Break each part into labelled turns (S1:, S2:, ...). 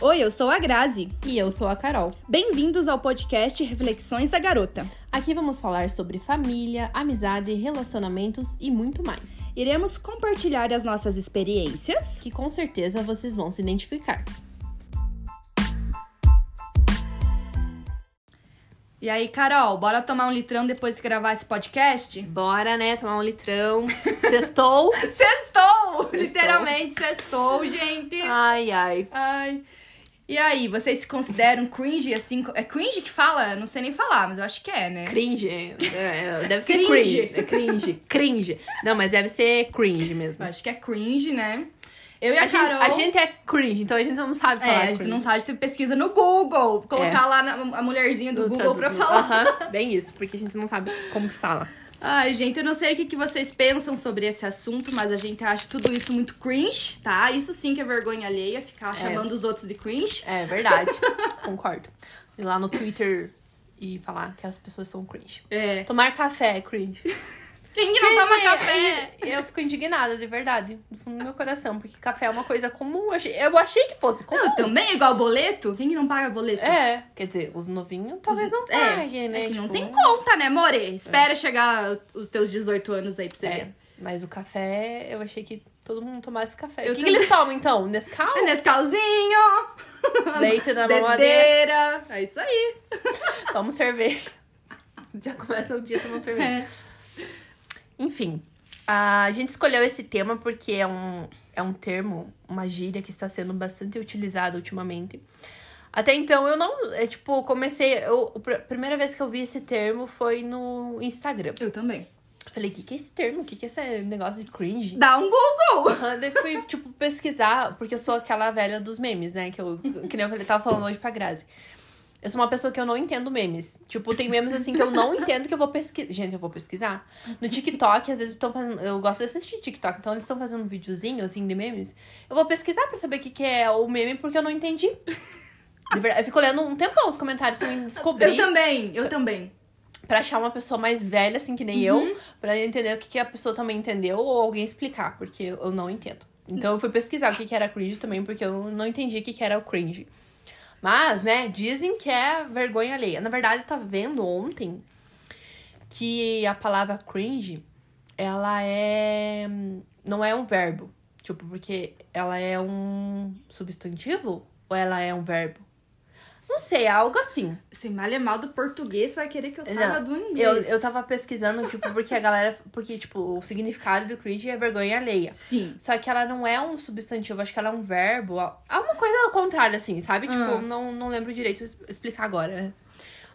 S1: Oi, eu sou a Grazi.
S2: E eu sou a Carol.
S1: Bem-vindos ao podcast Reflexões da Garota.
S2: Aqui vamos falar sobre família, amizade, relacionamentos e muito mais,
S1: Iremos compartilhar as nossas experiências.
S2: que com certeza vocês vão se identificar.
S1: E aí, Carol, bora tomar um litrão depois de gravar esse podcast?
S2: Bora, né? Tomar um litrão. Sextou.
S1: Sextou! Ah. Literalmente sextou, gente!
S2: ai, ai.
S1: Ai. E aí, vocês se consideram cringe assim? co- É cringe que fala? Eu Não sei nem falar, mas eu acho que é, né?
S2: Cringe. é, é, Deve ser
S1: Cringe.
S2: cringe. É cringe. Cringe. Não, mas deve ser cringe mesmo.
S1: Eu acho que é cringe, né? Eu e a,
S2: A gente,
S1: Carol.
S2: a gente é cringe, então a gente não sabe
S1: É,
S2: falar
S1: a gente
S2: cringe.
S1: não sabe, a gente tem pesquisa no Google. Colocar lá na- a mulherzinha do
S2: No
S1: Google pra
S2: tradu-
S1: falar.
S2: Aham, bem isso, porque a gente não sabe como que fala.
S1: Ai, gente, eu não sei o que, que vocês pensam sobre esse assunto, mas a gente acha tudo isso muito cringe, tá? Isso sim que é vergonha alheia, ficar chamando os outros de cringe.
S2: É verdade, concordo. Ir lá no Twitter e falar que as pessoas são cringe.
S1: É.
S2: Tomar café é cringe.
S1: Quem que não toma
S2: é?
S1: café?
S2: Eu fico indignada, de verdade, do fundo do meu coração, porque café é uma coisa comum. Eu achei, eu achei que fosse comum.
S1: Eu também, igual boleto? Quem que não paga boleto?
S2: É, então, quer dizer, os novinhos talvez não
S1: É,
S2: paguem, né?
S1: é que não
S2: Tipo,
S1: tem conta, né, More? Espera chegar os teus 18 anos aí pra você ver.
S2: É, mas o café, eu achei que todo mundo tomasse café.
S1: Eu
S2: o que, que
S1: também.
S2: eles tomam, então? Nescau?
S1: É Nescauzinho,
S2: Leite na mamadeira?
S1: dedeira, é isso aí.
S2: Toma cerveja. Já começa o dia tomando cerveja. Enfim, a gente escolheu esse tema porque é um, é um termo, uma gíria que está sendo bastante utilizado ultimamente. Até então eu não, é tipo, comecei, eu, a pr- primeira vez que eu vi esse termo foi no Instagram.
S1: Eu também.
S2: Eu falei, o que, que é esse termo? O que, que é esse negócio de cringe?
S1: Dá um Google!
S2: Aham, Daí fui, tipo, pesquisar, porque eu sou aquela velha dos memes, né? Que eu, que nem eu falei- tava falando hoje pra Grazi. Eu sou uma pessoa que eu não entendo memes. Tipo, tem memes assim que eu não entendo que eu vou pesquisar. Gente, eu vou pesquisar. No TikTok, às vezes estão fazendo. Eu gosto de assistir TikTok, então eles estão fazendo um videozinho assim de memes. Eu vou pesquisar pra saber o que, que é o meme, porque eu não entendi. De verdade, eu fico olhando um tempão os comentários pra me
S1: Eu
S2: descobrir.
S1: também, eu também.
S2: Pra achar uma pessoa mais velha, assim que nem eu, pra entender o que, que a pessoa também entendeu ou alguém explicar, porque eu eu não entendo. Então eu fui pesquisar o que, que era cringe também, porque eu não entendi o que, que era o cringe. Mas, né, dizem que é vergonha alheia. Na verdade, eu tava vendo ontem que a palavra cringe, ela é. não é um verbo. Tipo, porque ela é um substantivo ou ela é um verbo? Não sei, é algo assim.
S1: Se mal é mal do português, vai querer que eu
S2: Não,
S1: saiba do
S2: Eu,
S1: inglês.
S2: eu tava pesquisando, tipo, porque a galera. Porque, tipo, o significado do cringe é vergonha alheia.
S1: Sim.
S2: Só que ela não é um substantivo, acho que ela é um verbo. É uma coisa ao contrário, assim, sabe? Tipo,
S1: Ah.
S2: não, não lembro direito es- explicar agora. né?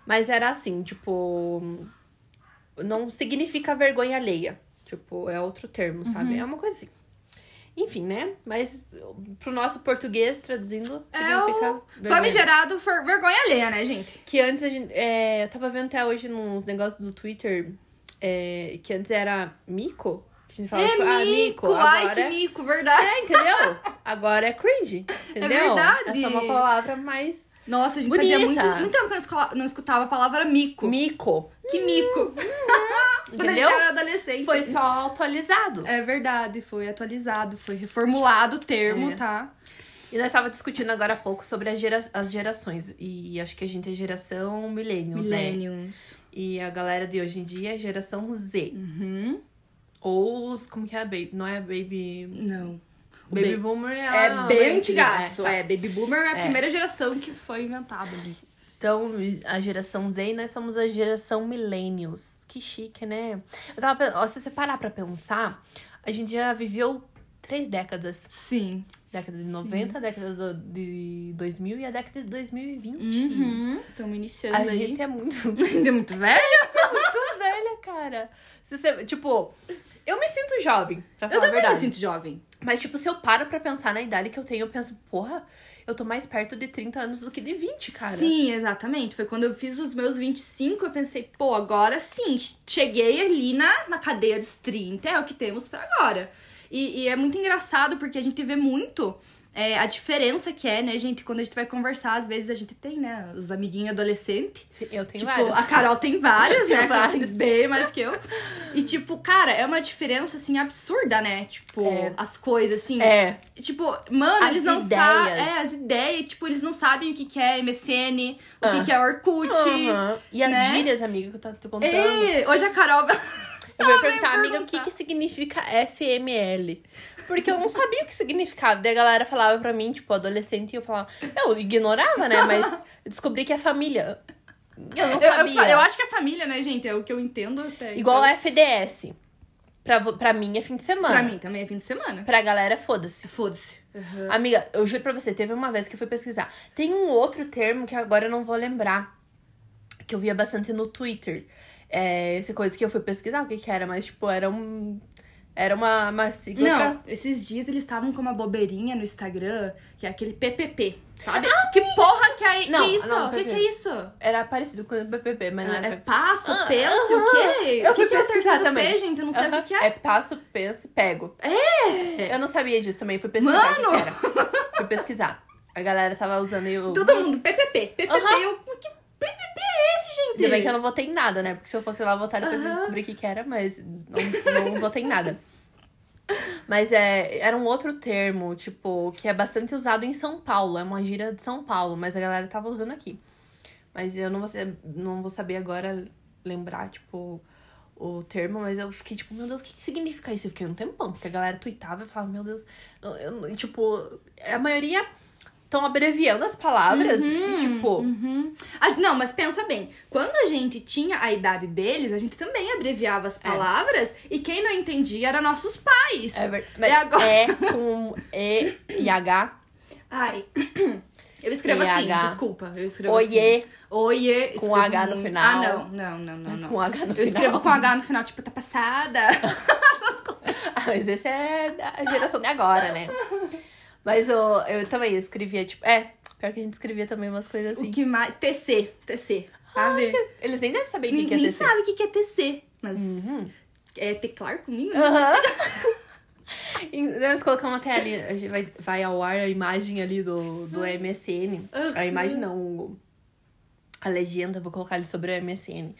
S2: Mas era assim, tipo. Não significa vergonha alheia. Tipo, é outro termo,
S1: Uhum.
S2: sabe? É uma coisa assim. Enfim, né? Mas pro nosso português, traduzindo,
S1: É
S2: significa.
S1: o
S2: vergonha alheia.
S1: Famigerado for vergonha alheia, né, gente?
S2: Que antes a gente. é, eu tava vendo até hoje nos negócios do Twitter é, que antes era mico. Que a gente falava, tipo, ah, mico.
S1: ai,
S2: Agora
S1: que É mico, verdade.
S2: É, entendeu? Agora é cringe. Entendeu?
S1: verdade.
S2: Essa é uma palavra mais.
S1: Nossa, a gente
S2: Bonita.
S1: fazia muito, muito tempo que eu não escola- não escutava a palavra mico.
S2: Mico.
S1: Que mico. né? É. Quando a gente
S2: Entendeu?
S1: era adolescente.
S2: Foi só atualizado.
S1: É verdade, foi atualizado, foi reformulado o termo,
S2: É.
S1: tá?
S2: E nós estávamos discutindo agora há pouco sobre as, gera- as gerações. E acho que a gente é geração millennials, né?
S1: Millennials.
S2: E a galera de hoje em dia é geração Z.
S1: Uhum.
S2: Ou os. Como que é a Baby? Não é a Baby.
S1: Não. O
S2: Baby
S1: ba-
S2: Boomer é
S1: É
S2: a
S1: bem
S2: antiga,
S1: antigaço.
S2: né?
S1: É, Baby Boomer é a
S2: É.
S1: primeira geração que foi inventada ali.
S2: Então, a geração Z, e nós somos a geração millennials. Que chique, né? Eu tava, pen- ó, se você parar pra pensar, a gente já viveu três décadas.
S1: Sim.
S2: Década de 90, década do- de 2000 e a década de 2020.
S1: Uhum. Estamos iniciando
S2: A
S1: aí.
S2: gente é muito,
S1: Ainda é muito velho?
S2: muito velha, cara. Se você, tipo, eu me sinto jovem, pra falar
S1: Eu
S2: a
S1: também me
S2: verdade.
S1: sinto jovem.
S2: Mas, tipo, se eu paro pra pensar na idade que eu tenho, eu penso, porra, eu tô mais perto de 30 anos do que de 20, cara.
S1: Sim, exatamente. Foi quando eu fiz os meus 25, eu pensei, pô, agora sim, cheguei ali na, na cadeia dos 30, é o que temos pra agora. E, e é muito engraçado porque a gente vê muito é, a diferença que é, né, gente? Quando a gente vai conversar, às vezes a gente tem, né, os amiguinhos adolescentes.
S2: Sim, eu tenho
S1: Tipo,
S2: vários.
S1: a Carol tem vários, né?
S2: Tem
S1: A Carol
S2: vários.
S1: tem bem mais que eu. E, tipo, cara, é uma diferença, assim, absurda, né? Tipo,
S2: É.
S1: as coisas, assim.
S2: É,
S1: Tipo, mano,
S2: As
S1: eles não
S2: ideias.
S1: sabem. É, as ideias. Tipo, eles não sabem o que que é MSN, o que
S2: Ah.
S1: que é Orkut.
S2: Aham. E as
S1: né?
S2: gírias, amiga, que eu tô,
S1: tá.
S2: tô contando.
S1: Ei, hoje a Carol.
S2: eu vou perguntar, amiga, o que,
S1: perguntar.
S2: que significa FML? Porque eu não sabia o que significava. Daí a galera falava pra mim, tipo, adolescente, e eu falava... Eu ignorava, né? Mas eu descobri que é família. Eu não
S1: Eu, eu,
S2: sabia.
S1: eu acho que é família, né, gente? É o que eu entendo até.
S2: Igual
S1: então.
S2: a FDS. Pra, vo- pra mim é fim de semana.
S1: Pra mim também é fim de semana.
S2: Pra galera, foda-se.
S1: Foda-se.
S2: Amiga, eu juro pra você, teve uma vez que eu fui pesquisar. Tem um outro termo que agora eu não vou lembrar. Que eu via bastante no Twitter. É, essa coisa que eu fui pesquisar, o que que era, mas tipo, era um. Era uma, uma sigla.
S1: Não, esses dias eles estavam com uma bobeirinha no Instagram, que é aquele PPP, sabe? que porra Ah, que é,
S2: Não,
S1: que é isso?
S2: não,
S1: O que,
S2: PPP.
S1: que é isso?
S2: Era parecido com o PPP, mas não era.
S1: É
S2: PPP.
S1: passo,
S2: Ah,
S1: penso, o quê?
S2: Eu
S1: o que,
S2: fui
S1: que é o
S2: pesquisar
S1: terceiro P,
S2: também.
S1: gente? Eu não sei o que, que
S2: É
S1: é.
S2: passo, penso e pego. É! Eu não sabia disso também, fui pesquisar o que que era. Fui pesquisar. A galera tava usando e eu.
S1: Todo mundo, PPP, PPP.
S2: Aham.
S1: Eu, que PPP é esse, gente?
S2: Ainda bem que eu não votei em nada, né? Porque se eu fosse lá votar, depois eu
S1: Aham.
S2: descobri o que, que era, mas não, não votei em nada. Mas é, era um outro termo, tipo, que é bastante usado em São Paulo. É uma gíria de São Paulo, mas a galera tava usando aqui. Mas eu não vou, sa- não vou saber agora lembrar, tipo, o termo, mas eu fiquei tipo, meu Deus, o que, que significa isso? Eu fiquei um tempão, porque a galera tweetava e falava, meu Deus, eu- eu- e, tipo, a maioria estão abreviando as palavras, e, tipo,
S1: Uhum. A- não, mas pensa bem. Quando a gente tinha a idade deles, a gente também abreviava
S2: É.
S1: as palavras. E quem não entendia eram nossos pais.
S2: É verdade.
S1: E agora-
S2: É com E e H.
S1: Ai. Eu escrevo
S2: E
S1: assim,
S2: H.
S1: desculpa. Eu escrevo assim.
S2: Oiê.
S1: Oiê.
S2: Com
S1: escrevo
S2: H no
S1: muito-
S2: final.
S1: Ah, não, não, não, não.
S2: Mas
S1: não.
S2: com H no
S1: eu escrevo
S2: final.
S1: com H no final, tipo, tá passada.
S2: Ah, mas esse é da geração de agora, né? Mas eu, eu também escrevia, tipo. É, pior que a gente escrevia também umas coisas assim.
S1: O que mais. TC, TC. Sabe?
S2: Eles nem devem saber o que,
S1: Ninguém
S2: que é TC.
S1: sabe o que que é TC. Mas.
S2: Uhum. Ah.
S1: É teclar com ninho?
S2: Aham. E Nós colocamos até ali, a gente vai, vai ao ar a imagem ali do, do MSN.
S1: Aham.
S2: A imagem não, o- a legenda, vou colocar ali sobre o MSN.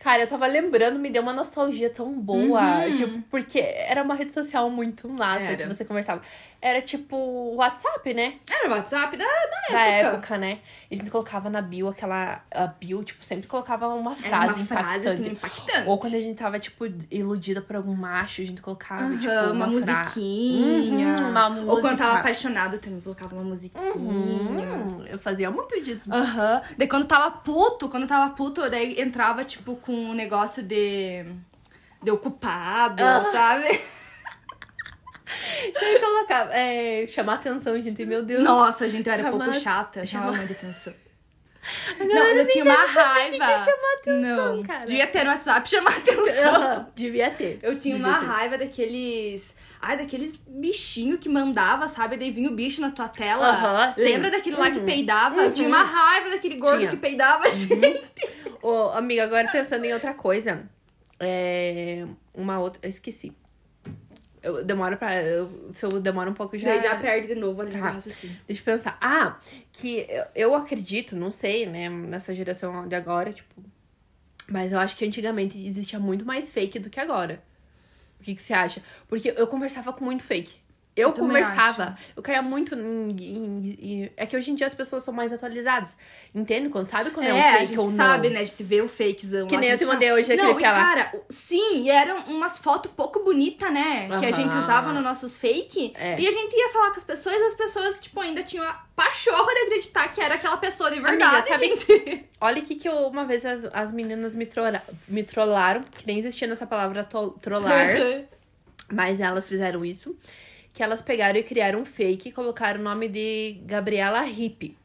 S2: Cara, eu tava lembrando, me deu uma nostalgia tão boa. Tipo, porque era uma rede social muito massa
S1: Uhum. Era.
S2: que você conversava. Era tipo WhatsApp, né?
S1: Era o WhatsApp da, da
S2: Da
S1: época.
S2: época, né? E a gente colocava na bio aquela. A bio, tipo, sempre colocava uma frase
S1: Era uma frase
S2: impactante.
S1: assim, impactante.
S2: Ou quando a gente tava, tipo, iludida por algum macho, a gente colocava,
S1: Aham,
S2: tipo,
S1: Ah, uma,
S2: fra-
S1: musiquinha.
S2: Uhum, uma
S1: Ou quando tava
S2: música.
S1: apaixonada também colocava uma musiquinha.
S2: Hum, eu fazia muito disso.
S1: Aham. Daí quando tava puto, quando tava puto, daí entrava, tipo, com um negócio de. de ocupado,
S2: Aham.
S1: sabe?
S2: Eu colocava, é, chamar atenção, gente, meu Deus.
S1: Nossa, gente, eu era um pouco
S2: Chamava-
S1: chata, chamava
S2: chamava-
S1: muito atenção. Não,
S2: galera
S1: eu tinha uma raiva.
S2: que é chamar atenção,
S1: não,
S2: cara.
S1: devia ter no WhatsApp chamar atenção.
S2: Aham, devia ter.
S1: Eu tinha
S2: Devia
S1: uma
S2: ter.
S1: raiva daqueles. Ai, daqueles bichinho que mandava, sabe? Daí vinha o bicho na tua tela.
S2: Aham, sim.
S1: Lembra daquele lá que
S2: Uhum.
S1: peidava? Eu tinha uma raiva daquele gordo
S2: Tinha. Uhum.
S1: que peidava, gente.
S2: Ô, amiga, agora pensando em outra coisa. É, uma outra. Eu esqueci. Eu demoro pra. eu- se eu demoro um pouco, eu já.
S1: Daí já perde de novo assim. a linha
S2: Tá.
S1: do raciocínio.
S2: Deixa eu pensar. Ah, que eu- eu acredito, não sei, né? Nessa geração de agora, tipo. Mas eu acho que antigamente existia muito mais fake do que agora. O que, que você acha? Porque eu conversava com muito fake. Eu,
S1: Eu também
S2: conversava. Eu caía muito em, em- em- É que hoje em dia as pessoas são mais atualizadas. Entende? Quando sabe quando é, um
S1: a
S2: fake
S1: gente
S2: ou não.
S1: sabe, né? A gente vê o fakezão.
S2: Que
S1: lá,
S2: nem
S1: a
S2: eu te
S1: gente
S2: mandei hoje aquele
S1: Não, e
S2: aquela.
S1: cara, o- sim, e eram umas fotos pouco bonitas, né? Que a gente
S2: Aham.
S1: usava nos nossos fake.
S2: É.
S1: E a gente ia falar com as pessoas e as pessoas, tipo, ainda tinham a pachorra de acreditar que era aquela pessoa de verdade,
S2: sabe-
S1: gente.
S2: Olha aqui que eu, uma vez as, as meninas me, trora- me trollaram, que nem existia nessa palavra to- trollar. Mas elas fizeram isso. Que elas pegaram e criaram um fake e colocaram o nome de Gabriela Hippie.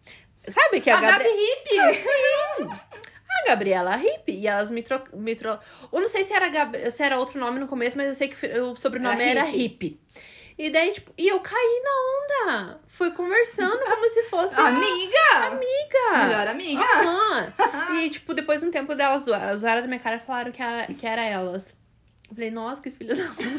S2: Sabe que a,
S1: a Gabi
S2: Gabri-
S1: Hippie.
S2: a Gabriela Hippie. E elas me tro... me tro... Eu não sei se era, Gab- se era outro nome no começo, mas eu sei que fi- o sobrenome
S1: Era
S2: era, hippie. E daí, tipo, e eu caí na onda. Fui conversando como se fosse
S1: Amiga!
S2: amiga.
S1: Melhor amiga.
S2: Ah, Aham. E, tipo, depois de um tempo delas zoa- zoaram da minha cara e falaram que era, que era elas. Eu falei, nossa, que filha da puta.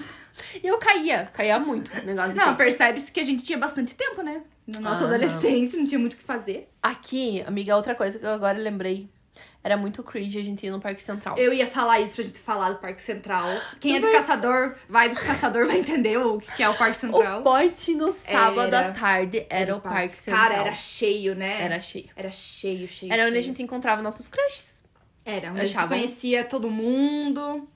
S2: E eu caía, caía muito no negócio assim. de
S1: Não,
S2: fake.
S1: percebe-se que a gente tinha bastante tempo, né? Na nossa
S2: Ah,
S1: adolescência, não tinha muito o que fazer.
S2: Aqui, amiga, outra coisa que eu agora lembrei. Era muito cringe a gente ir no Parque Central.
S1: Eu ia falar isso pra gente falar do Parque Central. Quem é do
S2: Mas-
S1: caçador, vibes caçador, vai entender o que é o Parque
S2: O
S1: Central.
S2: pote no sábado
S1: Era-
S2: à tarde era o Parque Central.
S1: Cara, era cheio, né?
S2: Era cheio.
S1: Era cheio, cheio.
S2: Era onde a
S1: cheio.
S2: gente encontrava nossos crushes.
S1: Era, onde a gente
S2: Achavam.
S1: conhecia todo mundo.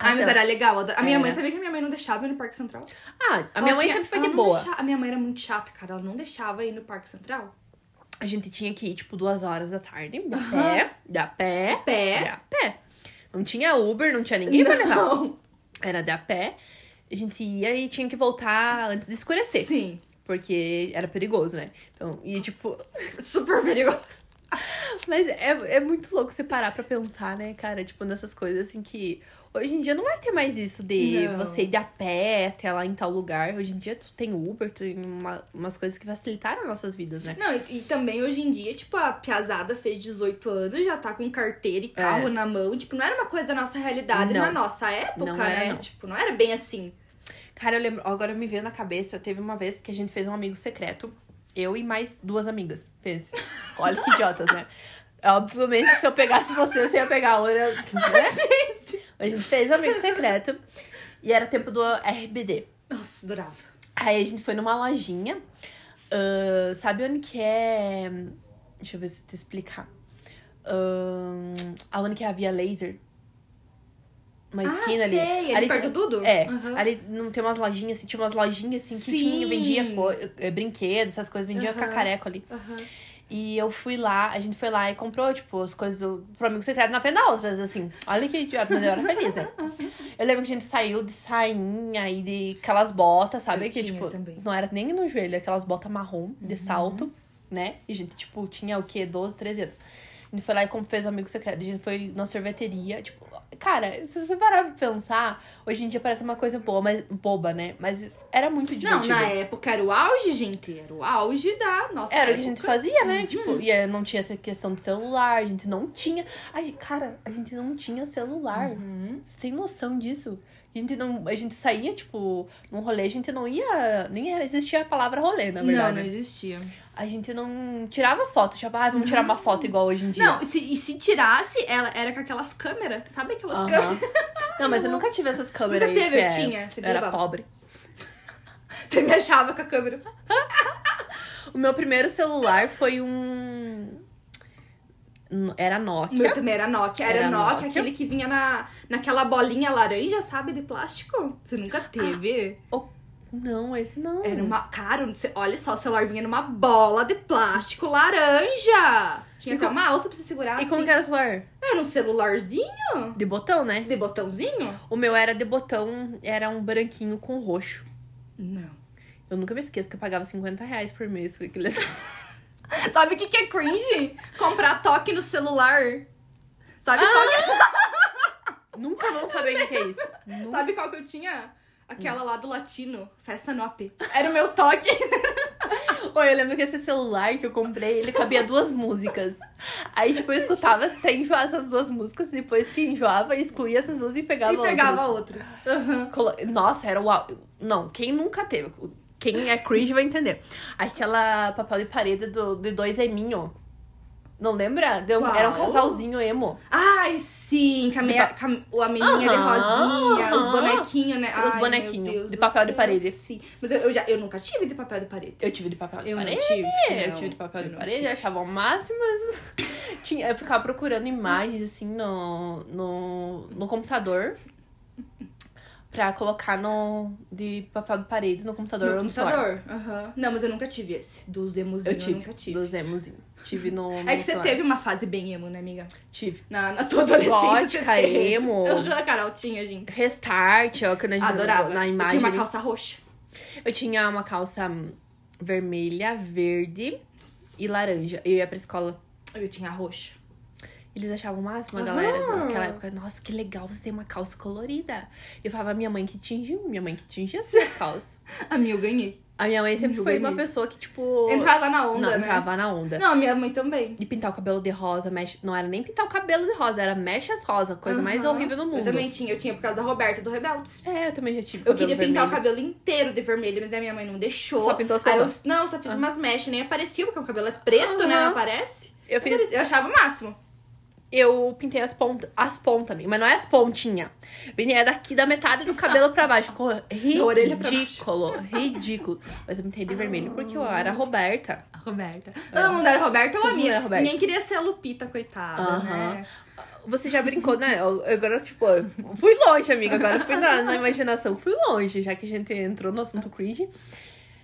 S2: Ah,
S1: Ai, mas
S2: sei lá.
S1: era legal. A minha mãe
S2: Era.
S1: sabia que a minha mãe não deixava ir no Parque Central.
S2: Ah, a
S1: Ela
S2: minha mãe
S1: tinha-
S2: sempre foi
S1: ela
S2: de
S1: não
S2: boa.
S1: deixa- A minha mãe era muito chata, cara. Ela não deixava ir no Parque Central.
S2: A gente tinha que ir, tipo, duas horas da tarde. Da
S1: Aham.
S2: pé, da pé,
S1: Pé.
S2: da pé. Não tinha Uber, não tinha É. ninguém pra levar.
S1: Não.
S2: Era da pé. A gente ia e tinha que voltar antes de escurecer.
S1: Sim.
S2: Porque era perigoso, né? Então, e tipo.
S1: Super perigoso.
S2: Mas é, é muito louco você parar pra pensar, né, cara? Tipo, nessas coisas assim que. Hoje em dia não vai ter mais isso de
S1: Não.
S2: você ir a pé até lá em tal lugar. Hoje em dia tu tem Uber, tu tem uma- umas coisas que facilitaram nossas vidas, né?
S1: Não, e, e também hoje em dia, tipo, a piazada fez 18 anos, já tá com carteira e carro
S2: É.
S1: na mão. Tipo, não era uma coisa da nossa realidade
S2: Não.
S1: na nossa época,
S2: Não
S1: né?
S2: era, não.
S1: Tipo, não era bem assim.
S2: Cara, eu lembro. Agora me veio na cabeça, teve uma vez que a gente fez um amigo secreto. Eu e mais duas amigas. Pense. Olha que idiotas, né? Obviamente, se eu pegasse você, você ia pegar a outra. Né? A gente fez um amigo secreto. E era tempo do RBD.
S1: Nossa, adorava.
S2: Aí a gente foi numa lojinha. ahn, sabe onde que é. Deixa eu ver se eu te explicar. Ahn, aonde que é a Via Laser? Uma esquina
S1: ah,
S2: ali.
S1: sei, ali, perto
S2: tem-
S1: do Dudu?
S2: É,
S1: Aham.
S2: ali não tem umas lojinhas, assim, tinha umas lojinhas assim que
S1: Sim.
S2: tinha, vendia co- eh, brinquedos, essas coisas, vendia
S1: Aham.
S2: cacareco ali.
S1: Aham.
S2: E eu fui lá, a gente foi lá e comprou, tipo, as coisas do- pro amigo secreto na frente da outras, assim. Olha que idiota, mas eu era feliz, né? Eu lembro que a gente saiu de sainha e de aquelas botas, sabe?
S1: Eu
S2: que,
S1: tinha
S2: tipo,
S1: também. Uhum.
S2: não era nem no joelho, aquelas botas marrom de salto, né? E a gente, tipo, tinha o quê? 12, 13 anos. A gente foi lá e comp- fez o amigo secreto. A gente foi na sorveteria, tipo... Cara, se você parar pra pensar, hoje em dia parece uma coisa boa, mas boba, né? Mas era muito
S1: Não,
S2: divertido.
S1: na época era o auge, gente. Era o auge da nossa
S2: Era o
S1: época.
S2: que a gente fazia,
S1: Uhum.
S2: né? Tipo, e eh, não tinha essa questão de celular, a gente não tinha. A gente- cara, a gente não tinha celular.
S1: Uhum.
S2: Você tem noção disso? A gente não. A gente saía, tipo, num rolê, a gente não ia. Nem era, existia a palavra rolê, na
S1: Não, né?
S2: verdade. né?
S1: não existia.
S2: A gente não tirava foto, tipo, ah, vamos tirar uma foto igual hoje em dia.
S1: Não, se- e se tirasse, ela era com aquelas câmeras. Sabe aquelas
S2: Aham.
S1: câmeras?
S2: Não, mas eu nunca tive essas
S1: Nunca
S2: câmeras aí.
S1: teve,
S2: que
S1: eu
S2: é-
S1: tinha. Você,
S2: eu era
S1: levava.
S2: pobre.
S1: Você me achava com a câmera.
S2: O meu primeiro celular foi um. Era
S1: O
S2: Nokia.
S1: meu também era Nokia. Era,
S2: Era
S1: Nokia,
S2: Nokia.
S1: aquele que vinha na, naquela bolinha laranja, sabe? De plástico. Você nunca
S2: Ah,
S1: teve?
S2: Não, esse não.
S1: Era um uma. Cara, não sei- olha só, o celular vinha numa bola de plástico laranja. Tinha
S2: E
S1: até
S2: como-
S1: uma alça pra você segurar.
S2: E como
S1: assim.
S2: que era o celular?
S1: Era um celularzinho
S2: De botão, né?
S1: de botãozinho?
S2: O meu era de botão, era um branquinho com roxo.
S1: Não.
S2: Eu nunca me esqueço que eu pagava 50 reais por mês por aquele
S1: Sabe o que, que é cringe? Comprar toque no celular. Sabe, qual, é?
S2: Nunca vão saber o que que é isso.
S1: que-
S2: Nunca.
S1: sabe qual que eu tinha? Aquela lá do latino, Festa Nope. Era o meu toque.
S2: Oi, eu lembro que esse celular que eu comprei, ele cabia duas músicas. Aí, tipo, eu escutava até enjoar essas duas músicas, depois que enjoava, excluía essas duas e pegava
S1: e pegava
S2: outras.
S1: outra. Aham.
S2: Colo- Nossa, era uau. Não, quem nunca teve? Quem é cringe vai entender. Aquela papel de parede do, de dois eminho. Não lembra? Deu- era um
S1: Qual?
S2: casalzinho emo.
S1: Ai, sim, com a, meia, com a- ou a menininha
S2: Aham,
S1: de rosinha, os
S2: aham.
S1: bonequinhos, né?
S2: Os
S1: Ai, meu
S2: bonequinhos,
S1: Deus
S2: de
S1: do
S2: papel de
S1: céu,
S2: parede.
S1: Sim. Mas eu, eu já, eu nunca tive de papel de parede.
S2: Eu tive de papel de
S1: Eu
S2: parede.
S1: não tive.
S2: Eu
S1: não,
S2: tive de papel
S1: eu
S2: de
S1: não
S2: parede, eu
S1: tive.
S2: achava o máximo, mas. Tinha, eu ficava procurando imagens assim no, no, no computador pra colocar no. de papel de parede no computador.
S1: No
S2: ou celular.
S1: computador. aham. Não, mas eu nunca tive esse. Dos emozinhos,
S2: Eu
S1: eu,
S2: tive.
S1: nunca tive.
S2: Dos emozinhos. Tive no.
S1: É
S2: no
S1: que você
S2: celular.
S1: teve uma fase bem emo, né, amiga?
S2: Tive.
S1: Na, na tua adolescência.
S2: Gótica,
S1: você teve.
S2: emo.
S1: Aham, Carol tinha, gente.
S2: Restart, ó, que a gente
S1: Adorava.
S2: na
S1: eu
S2: imagem.
S1: tinha uma calça roxa.
S2: Eu tinha uma calça vermelha, verde e laranja. Eu ia pra escola.
S1: Eu tinha a roxa.
S2: Eles achavam o máximo a galera naquela época. Nossa, que legal, você tem uma calça colorida. Eu falava, minha mãe que tingiu, minha mãe que tingia essa calça.
S1: A minha eu ganhei.
S2: A minha mãe sempre
S1: Meu
S2: foi
S1: bem.
S2: uma pessoa que, tipo.
S1: Entrava na onda,
S2: não,
S1: né?
S2: entrava na onda.
S1: Não, a minha mãe também.
S2: E pintar o cabelo de rosa, mexe... não era nem pintar o cabelo de rosa, era mechas rosa, coisa mais
S1: Aham.
S2: horrível do mundo.
S1: Eu também tinha, eu tinha por causa da Roberta do Rebeldes.
S2: É, eu também já tive.
S1: Eu
S2: cabelo
S1: queria pintar o
S2: vermelho.
S1: cabelo inteiro de vermelho, mas daí minha mãe não deixou.
S2: Só pintou as
S1: Aí eu-
S2: cobras. Ah.
S1: Não, só fiz umas mechas, nem aparecia, porque o cabelo é preto, né?
S2: Aham.
S1: Não aparece.
S2: Eu fiz.
S1: Eu achava o máximo.
S2: Eu pintei as pontas, as pontas, amiga, mas não é as pontinhas. Pintei é daqui da metade do cabelo pra baixo. Ficou
S1: orelha pra baixo.
S2: ridículo, ridículo. Mas eu pintei de vermelho porque eu era Roberta.
S1: A Roberta. É. Todo mundo era Roberta ou
S2: Todo
S1: a minha?
S2: mundo era Roberta.
S1: Ninguém queria ser a Lupita, coitada,
S2: Aham.
S1: né?
S2: Você já brincou, né? Eu- Agora, tipo, eu fui longe, amiga. Agora fui na, na imaginação. Fui longe, já que a gente entrou no assunto cringe.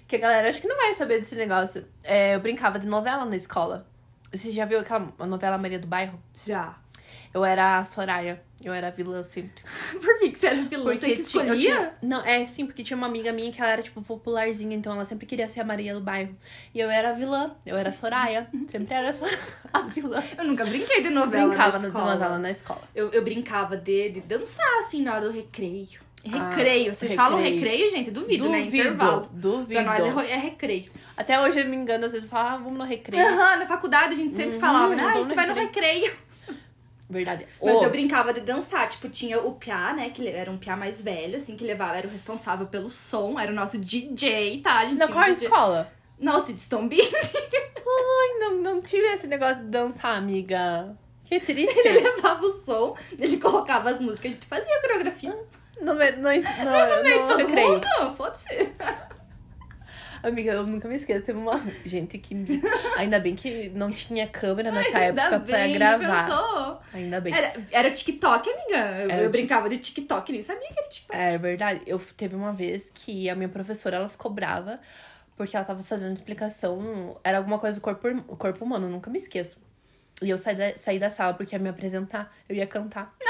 S2: Que a galera acho que não vai saber desse negócio. É, eu brincava de novela na escola. Você já viu aquela novela Maria do Bairro?
S1: Já.
S2: Eu era a Soraya. Eu era a vilã sempre.
S1: Por que, que você era vilã? você que
S2: ti- eu
S1: escolhia?
S2: tinha- não, é sim, porque tinha uma amiga minha que ela era, tipo, popularzinha, então ela sempre queria ser a Maria do bairro. E eu era a vilã, eu era a Soraya, sempre era a Soraya, as vilãs.
S1: Eu nunca brinquei de
S2: Eu
S1: novela. na
S2: brincava na
S1: escola.
S2: novela na escola.
S1: Eu, eu brincava de, de dançar, assim, na hora do recreio.
S2: Ah,
S1: Recreio. Vocês falam
S2: recreio.
S1: recreio, gente? Duvido, né? Intervalo. Pra nós é,
S2: duvido.
S1: ro- é recreio.
S2: Até hoje eu me engano, às vezes eu falo, ah, vamos no recreio.
S1: Aham, na faculdade a gente sempre
S2: Uhum,
S1: falava, né? Ah, a
S2: vamos
S1: gente
S2: no
S1: vai no recreio.
S2: Verdade.
S1: Mas
S2: Ô,
S1: eu brincava de dançar. Tipo, tinha o Piá, né? Que le- era um Piá mais velho, assim, que levava, era o responsável pelo som, era o nosso DJ, tá? A gente
S2: na
S1: tinha
S2: qual
S1: um DJ.
S2: escola?
S1: Nossa, de Stombi.
S2: Ai, não, não tive esse negócio de dançar, amiga. Que
S1: Ele
S2: triste.
S1: levava o som, ele colocava as músicas, a gente fazia a coreografia.
S2: Ah, no
S1: é,
S2: me- no, no, no,
S1: Meio todo
S2: recreio.
S1: mundo, foda-se.
S2: Amiga, eu nunca me esqueço. Teve uma. Gente, que. mico. Ainda bem que não tinha câmera nessa época pra gravar.
S1: pensou?
S2: Ainda bem.
S1: Era, era o TikTok, amiga. Eu,
S2: Era
S1: eu
S2: o
S1: brincava de TikTok, nem sabia que era TikTok.
S2: É verdade. Eu teve uma vez que a minha professora ela ficou brava porque ela tava fazendo explicação. Era alguma coisa do corpo, hum- corpo humano, eu nunca me esqueço. E eu saí da, saí da sala porque ia me apresentar, eu ia cantar.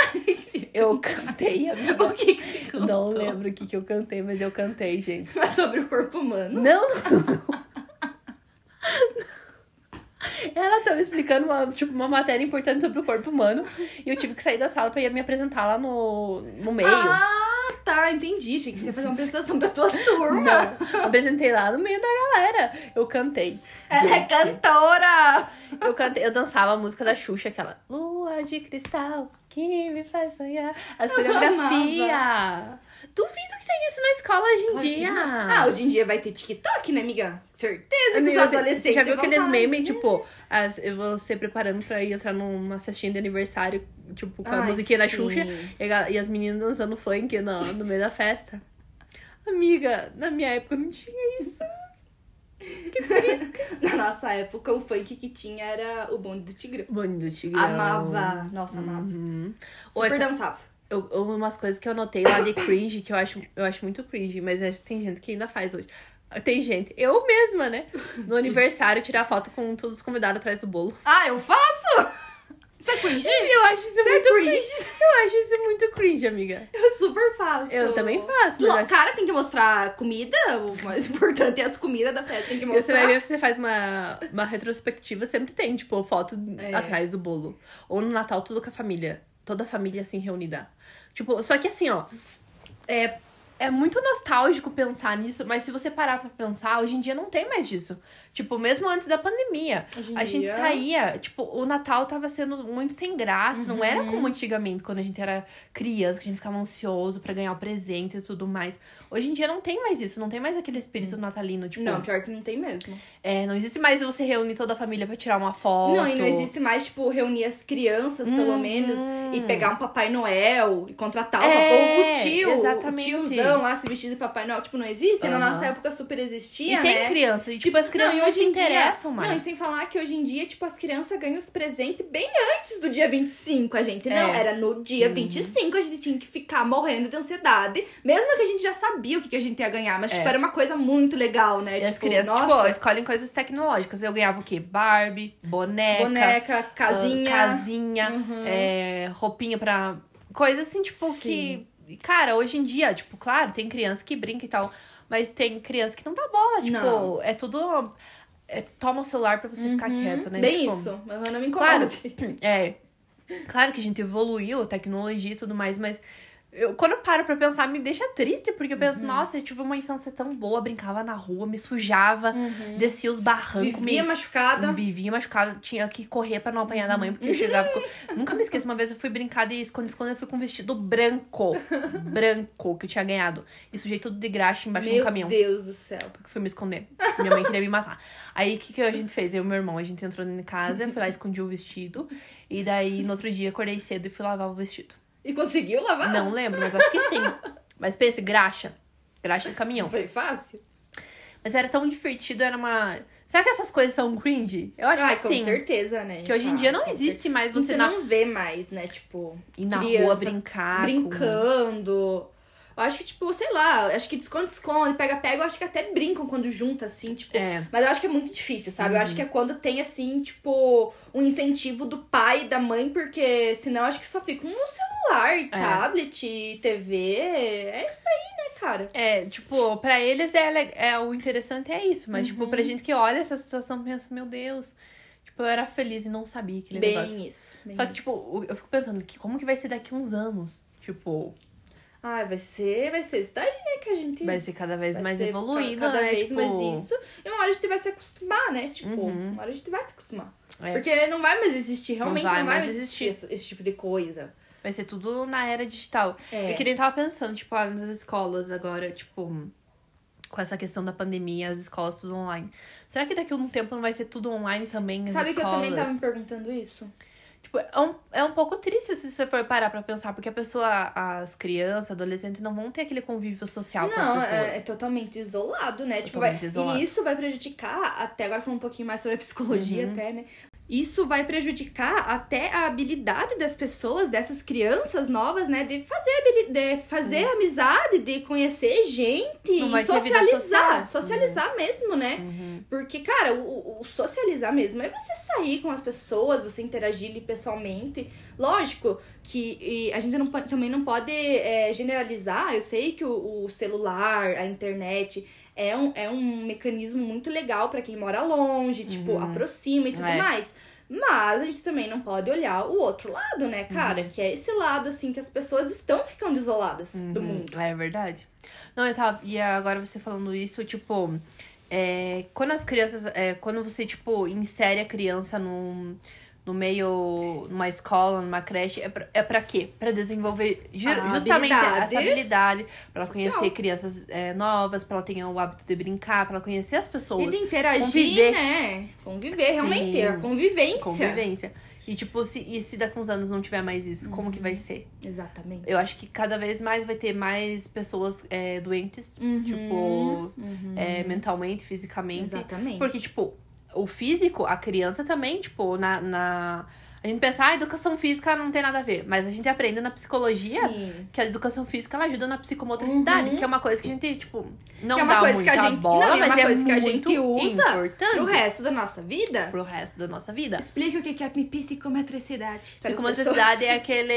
S2: Eu cantei, amiga.
S1: o que que se contou?
S2: Não lembro o que, que eu cantei, mas eu cantei, gente.
S1: Mas sobre o corpo humano.
S2: Não, não, não. Ela tava explicando uma, tipo, uma matéria importante sobre o corpo humano. E eu tive que sair da sala pra ir me apresentar lá no, no meio.
S1: Ah, tá, entendi. Achei que você ia fazer uma apresentação pra toda a turma.
S2: Não, apresentei lá no meio da galera. Eu cantei.
S1: Ela é cantora!
S2: Eu cantei, eu dançava a música da Xuxa, aquela Lua de cristal que me faz sonhar. As
S1: Eu
S2: coreografias. Duvido que tem isso na escola hoje em dia.
S1: Ah, hoje em dia vai ter TikTok, né, amiga? Certeza que os
S2: Amiga, É assim, você- Você
S1: adolescentes né?
S2: já viu
S1: vão tá.
S2: aqueles
S1: falar,
S2: memes, tipo, ah, eu vou se preparando pra ir entrar numa festinha de aniversário, tipo, com a
S1: Ai,
S2: musiquinha da
S1: sim.
S2: Xuxa e, a- e as meninas dançando funk no, no meio da festa. Amiga, na minha época não tinha isso.
S1: Na nossa época, o funk que tinha era o bonde do tigrão.
S2: Bonito, Tigrão.
S1: Amava. Nossa, amava.
S2: Uhum.
S1: Super
S2: Outra-
S1: dançava.
S2: Eu, eu- umas coisas que eu anotei lá de cringe, que eu acho, eu acho muito cringe, mas acho que tem gente que ainda faz hoje. Tem gente, eu mesma, né? No aniversário, tirar foto com todos os convidados atrás do bolo.
S1: Ah, eu faço? Isso é cringe?
S2: Eu acho isso
S1: Isso é
S2: muito
S1: cringe?
S2: Eu acho isso muito cringe, amiga.
S1: Eu super faço.
S2: Eu também faço, mas é-
S1: Lo-
S2: acho-
S1: Cara, tem que mostrar comida. O mais importante é as comidas da festa. Tem que
S2: Você vai
S1: mostrar.
S2: ver, você faz uma, uma retrospectiva, sempre tem, tipo, foto
S1: É.
S2: atrás do bolo. Ou no Natal, tudo com a família. Toda a família, assim, reunida. Tipo, só que assim, ó... É, é muito nostálgico pensar nisso, mas se você parar pra pensar, hoje em dia não tem mais disso. Tipo, mesmo antes da pandemia,
S1: Hoje em
S2: a gente
S1: dia-
S2: saía... Tipo, o Natal tava sendo muito sem graça. Não era
S1: Uhum.
S2: como antigamente, quando a gente era criança, que a gente ficava ansioso pra ganhar o presente e tudo mais. Hoje em dia não tem mais isso. Não tem mais aquele espírito natalino, tipo...
S1: Hum. Não, pior que não tem mesmo.
S2: É, não existe mais você reunir toda a família pra tirar uma foto.
S1: Não, e não existe mais, tipo, reunir as crianças, pelo
S2: Uhum.
S1: menos, e pegar um Papai Noel e contratar uma-
S2: É,
S1: ou o tio,
S2: exatamente.
S1: o tiozão lá se vestido de Papai Noel. Tipo, não existe. Na
S2: Aham.
S1: nossa época super
S2: E
S1: existia,
S2: tem
S1: né?
S2: criança, e tipo, as crianças
S1: e
S2: não,
S1: hoje
S2: se
S1: em dia-
S2: interessam mais.
S1: Não, e sem falar que hoje em dia, tipo, as crianças ganham os presentes bem antes do dia 25, a gente. Não,
S2: É.
S1: era no dia 25, a gente tinha que ficar morrendo de ansiedade. Mesmo que a gente já sabia o que, que a gente ia ganhar, mas, tipo,
S2: É.
S1: era uma coisa muito legal, né?
S2: E
S1: tipo,
S2: as crianças, tipo, ó,
S1: nossa,
S2: escolhem coisas tecnológicas. Eu ganhava o quê? Barbie, boneca,
S1: boneca,
S2: ah,
S1: casinha.
S2: casinha,
S1: Uhum.
S2: é, roupinha pra. Coisa assim, tipo,
S1: Sim.
S2: que. Cara, hoje em dia, tipo, claro, tem criança que brinca e tal, mas tem criança que não dá bola, tipo,
S1: Não.
S2: é tudo. é, toma o celular pra você ficar
S1: Uhum,
S2: quieto, né?
S1: Bem
S2: Tipo,
S1: isso. Aham, não me
S2: Claro.
S1: incomode.
S2: É. Claro que a gente evoluiu, tecnologia e tudo mais, mas eu, quando eu paro pra pensar, me deixa triste, porque eu penso,
S1: Uhum.
S2: nossa, eu tive uma infância tão boa, brincava na rua, me sujava, descia os barrancos,
S1: Uhum. Vivia
S2: me...
S1: machucada. Uhum.
S2: Vivia machucada, tinha que correr pra não apanhar da mãe, porque eu chegava. com- Nunca me esqueço, uma vez eu fui brincar de esconde-esconde, eu fui com um vestido branco. branco, que eu tinha ganhado. E sujei tudo de graxa embaixo de um
S1: Meu
S2: caminhão.
S1: Deus do céu.
S2: Porque fui me esconder. Minha mãe queria me matar. Aí o que, que a gente fez? Eu e meu irmão, a gente entrou em casa, fui lá, escondi o vestido. E daí, no outro dia, acordei cedo e fui lavar o vestido.
S1: E conseguiu lavar?
S2: Não lembro, mas acho que sim. Mas pense, graxa. Graxa de caminhão.
S1: Foi fácil?
S2: Mas era tão divertido, era uma. Será que essas coisas são cringe? Eu acho
S1: ah,
S2: que
S1: com
S2: sim.
S1: certeza, né?
S2: Que hoje em
S1: Ah,
S2: dia não
S1: com
S2: existe mais
S1: certeza.
S2: você
S1: Você
S2: na...
S1: não vê mais, né? Tipo,
S2: ir na rua
S1: criança
S2: brincar. com-
S1: brincando. Eu acho que, tipo, sei lá, eu acho que desconto-esconde, pega-pega, eu acho que até brincam quando junta, assim, tipo.
S2: É.
S1: Mas eu acho que é muito difícil, sabe? Eu
S2: Uhum.
S1: acho que é quando tem, assim, tipo, um incentivo do pai e da mãe, porque senão eu acho que só fica um celular,
S2: É.
S1: tablet, TV. É isso daí, né, cara?
S2: É, tipo, pra eles é, le- é o interessante é isso. Mas, tipo,
S1: Uhum.
S2: pra gente que olha essa situação pensa, meu Deus, tipo, eu era feliz e não sabia aquele
S1: bem
S2: negócio.
S1: isso. bem
S2: Só que,
S1: isso.
S2: tipo, o- eu fico pensando, que como que vai ser daqui uns anos? Tipo,
S1: Ai, Ah, vai ser, vai ser isso daí, né, que a gente.
S2: vai ser cada vez
S1: vai
S2: mais
S1: ser
S2: evoluído,
S1: Cada
S2: né?
S1: vez
S2: Tipo,
S1: mais isso. E uma hora a gente vai se acostumar, né? Tipo, uma hora a gente vai se acostumar.
S2: é,
S1: Porque não vai mais existir, realmente não vai,
S2: vai
S1: mais
S2: mais
S1: existir esse, esse tipo de coisa.
S2: vai ser tudo na era digital.
S1: É.
S2: Eu queria tava pensando, tipo, ah, nas escolas agora, tipo, com essa questão da pandemia, as escolas tudo online. Será que daqui a um tempo não vai ser tudo online também? As
S1: Sabe que eu
S2: escolas?
S1: também tava me perguntando isso?
S2: Tipo, é um, é um pouco triste se você for parar pra pensar, porque a pessoa, as crianças, adolescentes, não vão ter aquele convívio social com
S1: não,
S2: as pessoas.
S1: é, é totalmente isolado, né? Tipo,
S2: Totalmente
S1: vai-
S2: isolado.
S1: E isso vai prejudicar, até agora falando um pouquinho mais sobre a
S2: Uhum.
S1: psicologia, até, né? Isso vai prejudicar até a habilidade das pessoas, dessas crianças novas, né? De fazer, habili- de fazer amizade, de conhecer gente
S2: Uhum. Não vai
S1: e
S2: ter vida
S1: socializar.
S2: social.
S1: Socializar mesmo, né?
S2: Uhum.
S1: Porque, cara, o, o socializar mesmo é você sair com as pessoas, você interagir ali pessoalmente. Lógico que e a gente não pode- também não pode é, generalizar. Eu sei que o, o celular, a internet é um, é um mecanismo muito legal pra quem mora longe, tipo, aproxima e tudo
S2: Uhum. É.
S1: mais. Mas a gente também não pode olhar o outro lado, né, cara?
S2: Uhum.
S1: Que é esse lado, assim, que as pessoas estão ficando isoladas do
S2: Uhum,
S1: mundo.
S2: É verdade. Não, eu tava. E agora você falando isso, tipo. é, quando as crianças. é, quando você, tipo, insere a criança num. No meio, numa escola, numa creche, é pra, é pra quê? Pra desenvolver ju-
S1: A
S2: justamente
S1: habilidade
S2: essa habilidade, pra ela
S1: social.
S2: conhecer crianças é, novas, pra ela ter o hábito de brincar, pra ela conhecer as
S1: E
S2: pessoas.
S1: de interagir,
S2: Conviver.
S1: né? Conviver, realmente, a
S2: Sim.
S1: convivência.
S2: Convivência. E, tipo, se, e se daqui uns anos não tiver mais isso, como que
S1: Uhum.
S2: vai ser?
S1: Exatamente.
S2: Eu acho que cada vez mais vai ter mais pessoas é, doentes, tipo,
S1: Uhum.
S2: é, mentalmente, fisicamente.
S1: Exatamente.
S2: Porque, tipo, o físico, a criança também, tipo, na. na- A gente pensa, ah, educação física não tem nada a ver. Mas a gente aprende na psicologia
S1: Sim.
S2: que a educação física ela ajuda na psicomotricidade,
S1: Uhum.
S2: que é uma coisa que a gente, tipo, não
S1: Que é uma
S2: dá
S1: coisa
S2: muita
S1: que a gente-
S2: bola,
S1: não, e é
S2: mas
S1: uma
S2: é
S1: coisa que a
S2: muito
S1: gente usa
S2: importante
S1: Pro resto da nossa vida,
S2: é pro resto da nossa vida.
S1: explica o que que é psicometricidade. para as pessoas.
S2: Psicomotricidade Tipo, é aquele,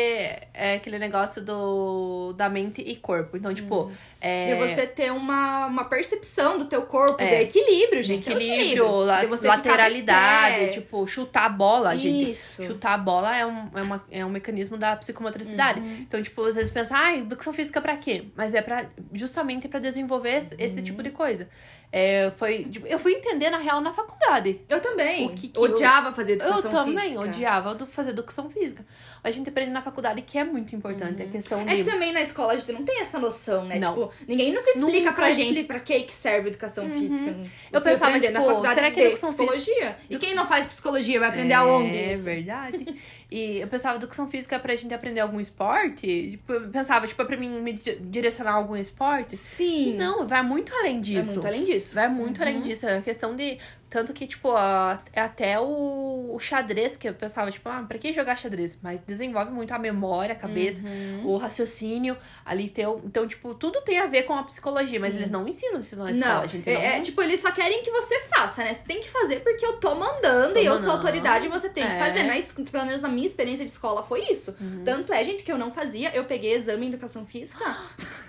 S2: é aquele negócio do, da mente e corpo. Então, tipo, é.
S1: Hum. De você ter uma, uma percepção do teu corpo,
S2: É.
S1: de equilíbrio,
S2: de
S1: gente. é o
S2: equilíbrio, la-
S1: De você ficar em pé.
S2: lateralidade, tipo, chutar a bola, gente.
S1: Isso.
S2: Chutar a bola é um, é, uma- é um mecanismo da psicomotricidade.
S1: Uhum.
S2: Então, tipo, às vezes pensa, ah, educação física pra quê? Mas é pra, justamente pra desenvolver esse,
S1: Uhum.
S2: esse tipo de coisa. É, foi, tipo, eu fui entender, na real, na faculdade.
S1: Eu também.
S2: O que que eu-
S1: odiava fazer educação
S2: Eu também
S1: física.
S2: odiava do- fazer educação física. A gente aprende na faculdade que é muito importante a questão
S1: É que
S2: de...
S1: também na escola a gente não tem essa noção, né?
S2: Não.
S1: Tipo, ninguém nunca explica
S2: Nunca
S1: pra gente
S2: explica.
S1: pra que que serve educação física.
S2: Eu
S1: Você
S2: pensava,
S1: aprende na
S2: tipo,
S1: faculdade
S2: será que
S1: de
S2: educação física-
S1: psicologia? E quem não faz psicologia vai aprender aonde?
S2: É
S1: isso?
S2: verdade. E eu pensava, educação física é pra gente aprender algum esporte? Tipo, eu pensava, tipo, é pra mim me di- direcionar a algum esporte? E
S1: Sim.
S2: não, vai muito além
S1: É
S2: disso.
S1: muito além Uhum. disso.
S2: Vai muito além disso. É questão de. Tanto que, tipo, a- é até o, o xadrez que eu pensava, tipo, ah, pra que jogar xadrez? Mas desenvolve muito a memória, a cabeça,
S1: Uhum.
S2: o raciocínio, ali ter. o- Então, tipo, tudo tem a ver com a psicologia, mas
S1: Sim.
S2: eles não ensinam isso na escola,
S1: Não,
S2: a gente
S1: é,
S2: não.
S1: é, tipo, eles só querem que você faça, né? Você tem que fazer porque eu tô mandando
S2: Tô
S1: e eu sou
S2: mandando.
S1: autoridade e você tem que
S2: É.
S1: fazer. Na, es- pelo menos na minha experiência de escola foi isso. Tanto é, gente, que eu não fazia. Eu peguei exame em educação física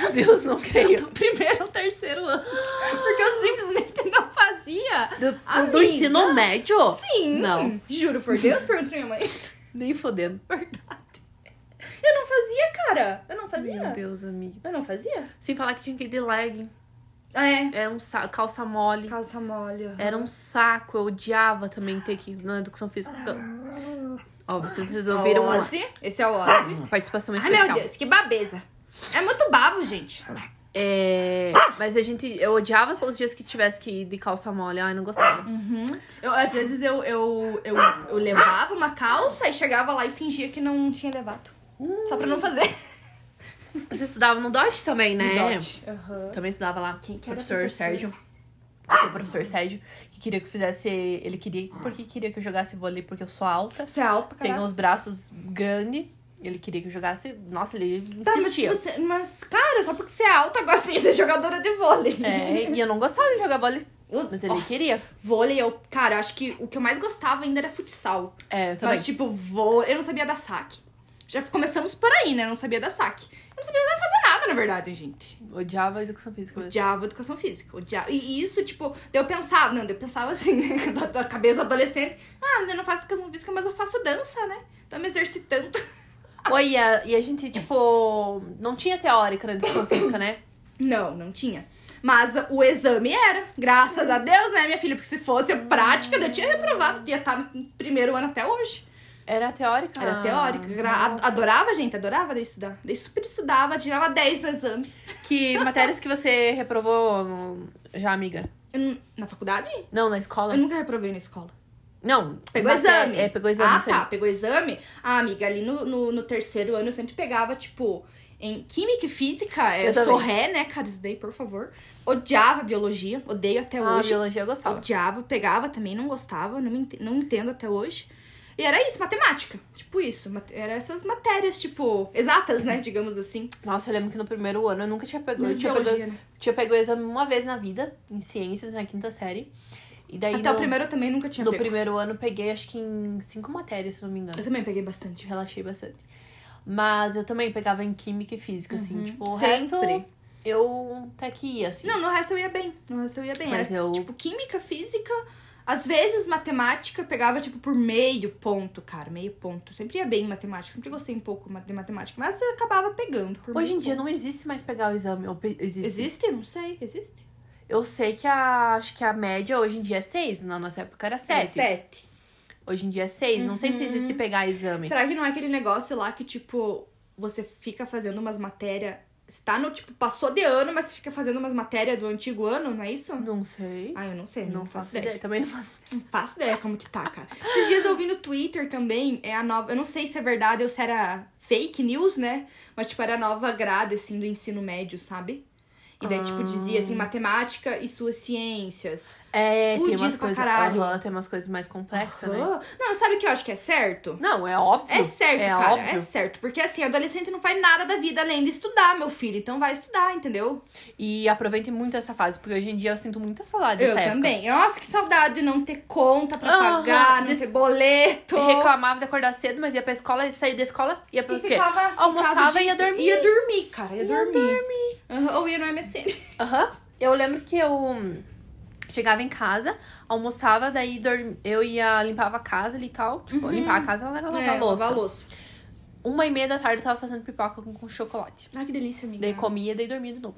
S2: Meu Deus, não creio.
S1: do primeiro ao terceiro ano. Porque eu simplesmente não fazia.
S2: Do, do
S1: Amiga.
S2: ensino médio?
S1: Sim.
S2: Não.
S1: Juro por Deus, pergunta pra minha mãe.
S2: Nem fodendo.
S1: Verdade. Eu não fazia, cara. Eu não fazia.
S2: Meu Deus, amiga.
S1: Eu não fazia.
S2: Sem falar que tinha que ir de legging.
S1: Ah, é.
S2: Era um sa- calça mole.
S1: Calça mole. É. aham.
S2: Era um saco. Eu odiava também ter que ir na educação física. Ó, vocês, vocês ouviram
S1: o Ozzy. Esse é o Ozzy.
S2: uma participação
S1: Ai,
S2: especial.
S1: meu Deus, que babeza. É muito babo, gente.
S2: É, mas a gente, eu odiava os dias que tivesse que ir de calça mole. Ai, não gostava.
S1: Eu, às vezes eu, eu, eu, eu levava uma calça e chegava lá e fingia que não tinha levado.
S2: Hum.
S1: Só pra não fazer.
S2: Você estudava no Dodge também, né?
S1: Dodge. Aham.
S2: Também estudava lá.
S1: Quem que era
S2: professor,
S1: professor?
S2: Sérgio. O professor Sérgio, que queria que eu fizesse. Ele queria. Porque queria que eu jogasse vôlei porque eu sou alta.
S1: Você é alto pra
S2: Tenho
S1: caralho.
S2: os braços grandes. Ele queria que eu jogasse. Nossa, ele
S1: Tá, mas, se
S2: insistia.
S1: você, mas, cara, só porque você é alta, agora você ia ser jogadora de vôlei.
S2: É, e eu não gostava de jogar vôlei. Mas ele
S1: Nossa,
S2: queria.
S1: Vôlei, eu, cara, eu acho que o que eu mais gostava ainda era futsal.
S2: É, eu também.
S1: Mas, tipo, vôlei. Eu não sabia dar saque. Já começamos por aí, né? Eu não sabia dar saque. Eu não sabia dar fazer nada, na verdade, gente.
S2: tipo, Odiava a educação física. mesmo.
S1: Odiava educação física. Odiava. E isso, tipo, daí eu pensava, não, daí eu pensava assim, né? Da, da cabeça adolescente. Ah, mas eu não faço educação física, mas eu faço dança, né? Tô me exercitando.
S2: Oi, e a, e a gente, tipo, não tinha teórica na educação física, né?
S1: Não, não tinha. Mas o exame era. Graças a Deus, né, minha filha? Porque se fosse prática, eu tinha reprovado. Ia estar no primeiro ano até hoje.
S2: Era teórica.
S1: Era teórica. Gra-
S2: Ah, Nossa.
S1: Adorava, gente. Adorava de estudar. Daí super estudava. Tirava 10 no exame.
S2: Ah. Que matérias que você reprovou no- já, amiga?
S1: Eu não- na faculdade?
S2: Não, na escola?
S1: Eu nunca reprovei na escola.
S2: Não.
S1: Pegou
S2: maté-
S1: exame?
S2: É, pegou exame.
S1: Ah,
S2: isso
S1: tá.
S2: aí.
S1: Pegou exame? Ah, amiga, ali no, no, no terceiro ano eu sempre pegava, tipo, em química e física. Eu,
S2: Eu
S1: sou
S2: também.
S1: ré, né, cara? Isso daí, por favor. Odiava biologia. Odeio até
S2: Ah,
S1: hoje.
S2: biologia eu gostava.
S1: Odiava, pegava também, não gostava, não, me ente- não entendo até hoje. E era isso, matemática. Tipo isso, mate- era essas matérias, tipo, exatas, né? Digamos assim.
S2: Nossa, eu lembro que no primeiro ano eu nunca tinha pego. Eu
S1: Menos
S2: tinha pego,
S1: biologia, né?
S2: tinha pego exame uma vez na vida, em ciências, na quinta série. E daí
S1: Até
S2: no,
S1: o primeiro eu também nunca tinha
S2: no
S1: pego.
S2: primeiro ano eu peguei acho que em cinco matérias, se não me engano.
S1: Eu também peguei bastante.
S2: relaxei bastante. Mas eu também pegava em química e física, assim. Tipo, o
S1: Sempre.
S2: resto eu até que ia, assim.
S1: Não, no resto eu ia bem. No resto eu ia bem.
S2: Mas
S1: Era,
S2: eu-
S1: Tipo, química, física. Às vezes, matemática eu pegava, tipo, por meio ponto, cara. Meio ponto. Sempre ia bem em matemática. Sempre gostei um pouco de matemática. Mas eu acabava pegando. Por
S2: Hoje em
S1: meio
S2: dia
S1: ponto.
S2: não existe mais pegar o exame. ou pe- Existe.
S1: Existe? Não sei. Existe?
S2: Eu sei que a, acho que a média hoje em dia é 6. Na nossa época era 7.
S1: Sete.
S2: Hoje em dia é 6. Não sei se existe pegar exame.
S1: Será que não é aquele negócio lá que, tipo, você fica fazendo umas matérias. Você tá no, tipo, passou de ano, mas você fica fazendo umas matérias do antigo ano, não é isso?
S2: Não sei.
S1: Ah, eu não sei,
S2: não faço ideia. Também não faço ideia.
S1: Não faço ideia como que tá, cara. Esses dias eu vi no Twitter também, é a nova. Eu não sei se é verdade ou se era fake news, né? Mas, tipo, era a nova grade, assim, do ensino médio, sabe? E daí, tipo, dizia
S2: Ah.
S1: assim, matemática e suas ciências.
S2: É, tem
S1: Fudido
S2: umas,
S1: pra
S2: coisas,
S1: caralho.
S2: aham, tem umas coisas mais complexas, né?
S1: Hã? Não, sabe o que eu acho que é certo?
S2: Não, é óbvio.
S1: É certo,
S2: é
S1: cara.
S2: Óbvio.
S1: É certo. Porque assim, adolescente não faz nada da vida além de estudar, meu filho. Então vai estudar, entendeu?
S2: E aproveitem muito essa fase, porque hoje em dia eu sinto muita saudade dessa
S1: eu
S2: época.
S1: também. Nossa, que saudade de não ter conta pra
S2: Aham.
S1: pagar, não
S2: Des-
S1: ter boleto.
S2: Eu reclamava de acordar cedo, mas ia pra escola, saía da escola, ia pra
S1: E
S2: o quê?
S1: ficava em
S2: Almoçava
S1: casa o
S2: e
S1: dia
S2: ia dormir.
S1: Ia dormir, cara. Ia,
S2: Ia
S1: dormir. Aham, Ou ia no MSN.
S2: Aham. Eu lembro que eu hum, chegava em casa, almoçava, daí dorm... eu ia limpava a casa ali e tal. Tipo, limpar a casa era lavar
S1: Uhum. É,
S2: a louça.
S1: lavar louça.
S2: Uma e meia da tarde eu tava fazendo pipoca com, com chocolate.
S1: Ai, que delícia, amiga. Uhum.
S2: Daí comia, daí dormia de novo.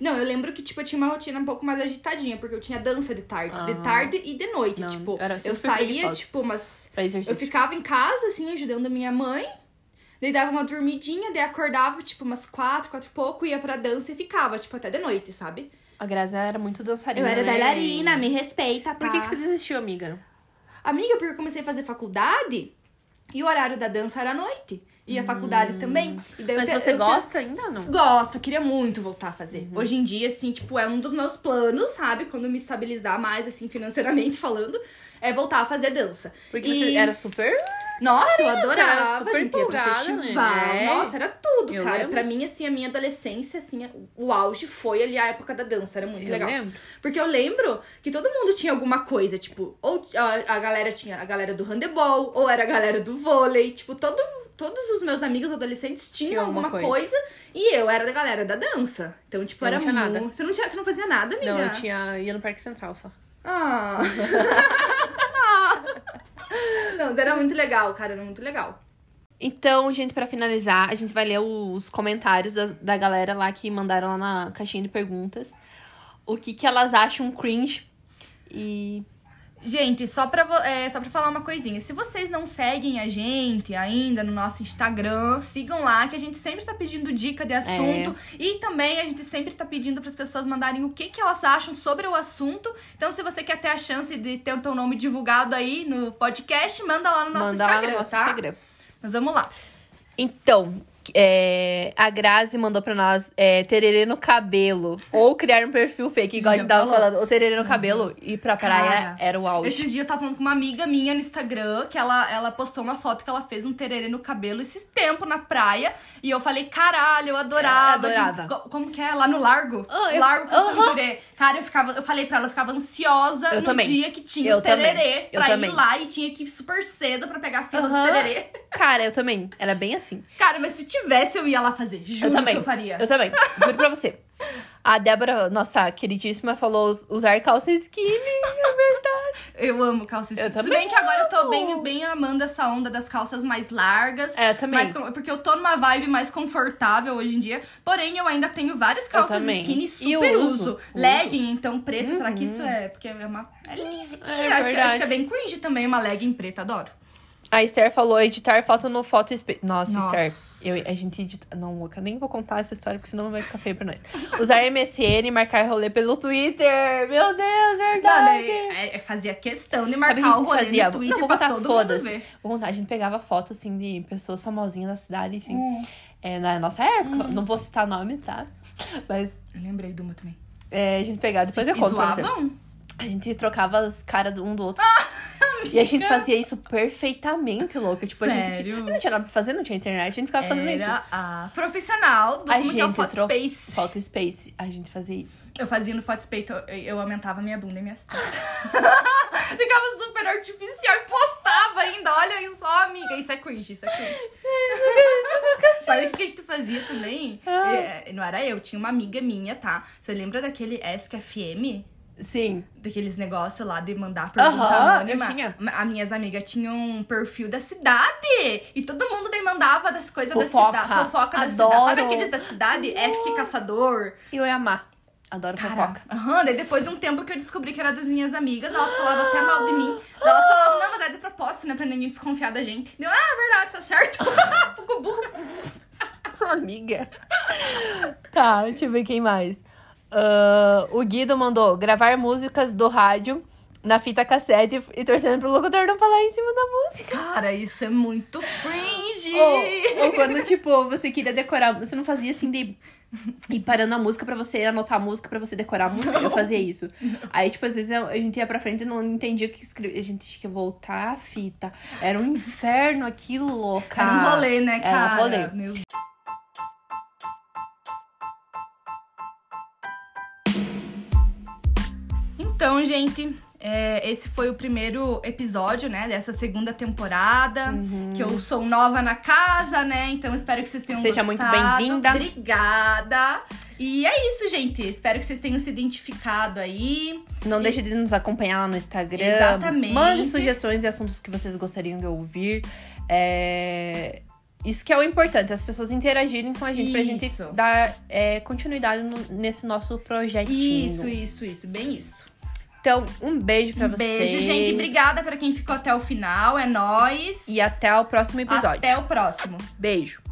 S1: Não, eu lembro que, tipo, eu tinha uma rotina um pouco mais agitadinha, porque eu tinha dança de tarde. De tarde e de noite,
S2: Não,
S1: tipo.
S2: era
S1: eu
S2: sempre
S1: saía,
S2: preguiçosa.
S1: tipo, umas...
S2: Pra exercício.
S1: Eu ficava em casa, assim, ajudando a minha mãe. Daí dava uma dormidinha, daí acordava, tipo, umas quatro, quatro e pouco, ia pra dança e ficava, tipo, até de noite, sabe?
S2: A Grazi era muito dançarina.
S1: Eu era
S2: né?
S1: bailarina, me respeita, tá?
S2: Por que, que você desistiu, amiga?
S1: Amiga, porque eu comecei a fazer faculdade e o horário da dança era à noite. E a faculdade também. E daí eu
S2: Hum. Mas
S1: te-
S2: você
S1: eu te-
S2: gosta Uhum. ainda ou não?
S1: Gosto, eu queria muito voltar a fazer. Hoje em dia, assim, tipo, é um dos meus planos, sabe? Quando eu me estabilizar mais, assim, financeiramente falando, é voltar a fazer dança.
S2: Porque
S1: E-
S2: você era super.
S1: Nossa, eu
S2: você era
S1: adorava,
S2: super
S1: gente, ia pro
S2: empolgada,
S1: festival.
S2: né?
S1: Nossa, era tudo,
S2: Eu
S1: cara.
S2: lembro.
S1: Pra mim, assim, a minha adolescência, assim, o auge foi ali a época da dança, era muito
S2: Eu
S1: legal.
S2: lembro.
S1: Porque eu lembro que todo mundo tinha alguma coisa, tipo, ou t- a, a galera tinha a galera do handebol, ou era a galera do vôlei, tipo, todo, todos os meus amigos adolescentes tinham
S2: Tinha
S1: alguma
S2: alguma
S1: coisa. e eu era da galera da dança. Então, tipo,
S2: Eu
S1: era
S2: não tinha
S1: muito...
S2: nada.
S1: Você não tinha, você não fazia nada, amiga?
S2: Não, eu tinha. ia no Parque Central só.
S1: Ah. Não, era muito legal, cara, era muito legal.
S2: Então, gente, pra finalizar, a gente vai ler os comentários das- da galera lá que mandaram lá na caixinha de perguntas. O que que elas acham cringe. E
S1: Gente, só pra, vo- é, só pra falar uma coisinha. Se vocês não seguem a gente ainda no nosso Instagram, sigam lá, que a gente sempre tá pedindo dica de assunto.
S2: É.
S1: E também a gente sempre tá pedindo pras pessoas mandarem o que, que elas acham sobre o assunto. Então, se você quer ter a chance de ter o teu nome divulgado aí no podcast, manda lá no nosso
S2: manda lá
S1: Instagram,
S2: no nosso
S1: tá?
S2: Instagram.
S1: Mas vamos lá.
S2: Então, é, a Grazi mandou pra nós é, tererê no cabelo. Ou criar um perfil fake, igual a gente
S1: Já
S2: tava
S1: falou.
S2: falando. Ou tererê no cabelo e ir pra praia
S1: Cara,
S2: era o auge.
S1: Esses dias eu tava falando com uma amiga minha no Instagram que ela, ela postou uma foto que ela fez um tererê no cabelo esse tempo na praia. E eu falei, caralho, eu adorava.
S2: É, Eu adorava.
S1: gente, co- como que é? Lá no Largo?
S2: Ah, eu-
S1: Largo com São
S2: Aham.
S1: Jurê. Cara, eu, ficava, eu falei pra ela, eu ficava ansiosa
S2: Eu
S1: no
S2: também.
S1: dia que tinha
S2: Eu
S1: o tererê
S2: também. Eu
S1: pra
S2: também.
S1: ir lá e tinha que ir super cedo pra pegar a fila
S2: Aham.
S1: do tererê.
S2: Cara, eu também. Era bem assim.
S1: Cara, mas se tivesse, eu ia lá fazer. Juro
S2: também.
S1: que eu faria.
S2: Eu também. Juro pra você. A Débora, nossa queridíssima, falou us- usar calça skinny. É verdade.
S1: Eu amo calça skinny.
S2: Eu
S1: Se
S2: também
S1: bem que agora eu tô
S2: amo.
S1: bem, bem amando essa onda das calças mais largas.
S2: É, eu também.
S1: mais com- porque eu tô numa vibe mais confortável hoje em dia. Porém, eu ainda tenho várias calças
S2: também.
S1: skinny
S2: E
S1: super
S2: eu uso,
S1: uso.
S2: uso. Uhum.
S1: Legging, então, preta. Será que isso é? Porque é uma. É lice. acho,
S2: É
S1: que, acho
S2: verdade.
S1: que é bem cringe também uma legging preta. Adoro.
S2: A Esther falou editar foto no foto espelho. Nossa,
S1: Nossa.
S2: Esther. Eu, a gente edita. Não, Luca, nem vou contar essa história, porque senão vai ficar feio pra nós. Usar MSN e marcar rolê pelo Twitter. Meu Deus,
S1: Mano,
S2: verdade.
S1: é, é- é- fazia questão de
S2: Sabe
S1: marcar
S2: o que a
S1: o
S2: gente
S1: rolê
S2: fazia?
S1: no Twitter
S2: não, vou
S1: pra
S2: contar,
S1: todo mundo
S2: foda-se.
S1: ver.
S2: Vou contar, a gente pegava foto, assim, de pessoas famosinhas da cidade, assim,
S1: Hum.
S2: é, na nossa época. Não vou citar nomes, tá? Mas
S1: Eu lembrei de uma também.
S2: é, a gente pegava, depois eu
S1: E
S2: conto pra você.
S1: zoavam?
S2: A gente trocava as caras um do outro.
S1: Ah,
S2: e a gente fazia isso perfeitamente, louca. Tipo, a gente
S1: Sério?
S2: não tinha nada pra fazer, não tinha internet, a gente ficava fazendo isso.
S1: Era a profissional do
S2: A
S1: como que é o
S2: gente
S1: Hot
S2: tro-
S1: Space.
S2: Falta o space, a gente fazia isso.
S1: Eu fazia no Fotspeito, eu, eu aumentava minha bunda e minhas tetas. Ficava super artificial e postava ainda. Olha aí só, amiga. Isso é cringe, isso é cringe. Sabe o que a gente fazia também? É, é, não era eu, tinha uma amiga minha, tá? Você lembra daquele Ask FM?
S2: Sim.
S1: Daqueles negócios lá de mandar pergunta
S2: Aham,
S1: anônima.
S2: eu tinha.
S1: As minhas amigas tinham um perfil da cidade. E todo mundo daí mandava das coisas
S2: Fofoca.
S1: da cidade. Fofoca da
S2: Adoro.
S1: cidade. Sabe aqueles da cidade? Ask Caçador.
S2: E eu ia amar. Adoro fofoca.
S1: Caraca. Aham, daí depois de um tempo que eu descobri que era das minhas amigas, elas falavam até mal de mim. Daí Elas falavam, não, mas é de propósito, né? Pra ninguém desconfiar da gente. Deu, ah, verdade, tá certo. Fico burra.
S2: Amiga. tá, deixa eu ver quem mais. Ah, o Guido mandou gravar músicas do rádio na fita cassete e torcendo pro locutor não falar em cima da música.
S1: Cara, isso é muito Oh, cringe.
S2: Ou, ou quando, tipo, você queria decorar. Você não fazia assim de ir parando a música pra você anotar a música, pra você decorar a música. Eu fazia isso. Aí, tipo, às vezes eu- a gente ia pra frente e não entendia o que escrevia. A gente tinha que voltar a fita. Era um inferno aquilo, louca.
S1: Era um rolê, né,
S2: Era um
S1: cara?
S2: rolê.
S1: Meu Deus. Então, gente, é, esse foi o primeiro episódio, né, dessa segunda temporada.
S2: Uhum.
S1: Que eu sou nova na casa, né? Então espero que vocês tenham
S2: Seja muito
S1: gostado.
S2: bem-vinda.
S1: Obrigada. E é isso, gente. Espero que vocês tenham se identificado aí.
S2: Não deixe de nos acompanhar lá no Instagram.
S1: Exatamente.
S2: Mande sugestões de assuntos que vocês gostariam de ouvir. É, Isso que é o importante, as pessoas interagirem com a gente pra gente
S1: Isso.
S2: dar é, continuidade no- nesse nosso projetinho.
S1: Isso, isso, isso. Bem isso.
S2: Então, um beijo pra vocês.
S1: Beijo, gente. Obrigada pra quem ficou até o final. É nóis.
S2: E até o próximo episódio.
S1: Até o próximo.
S2: Beijo.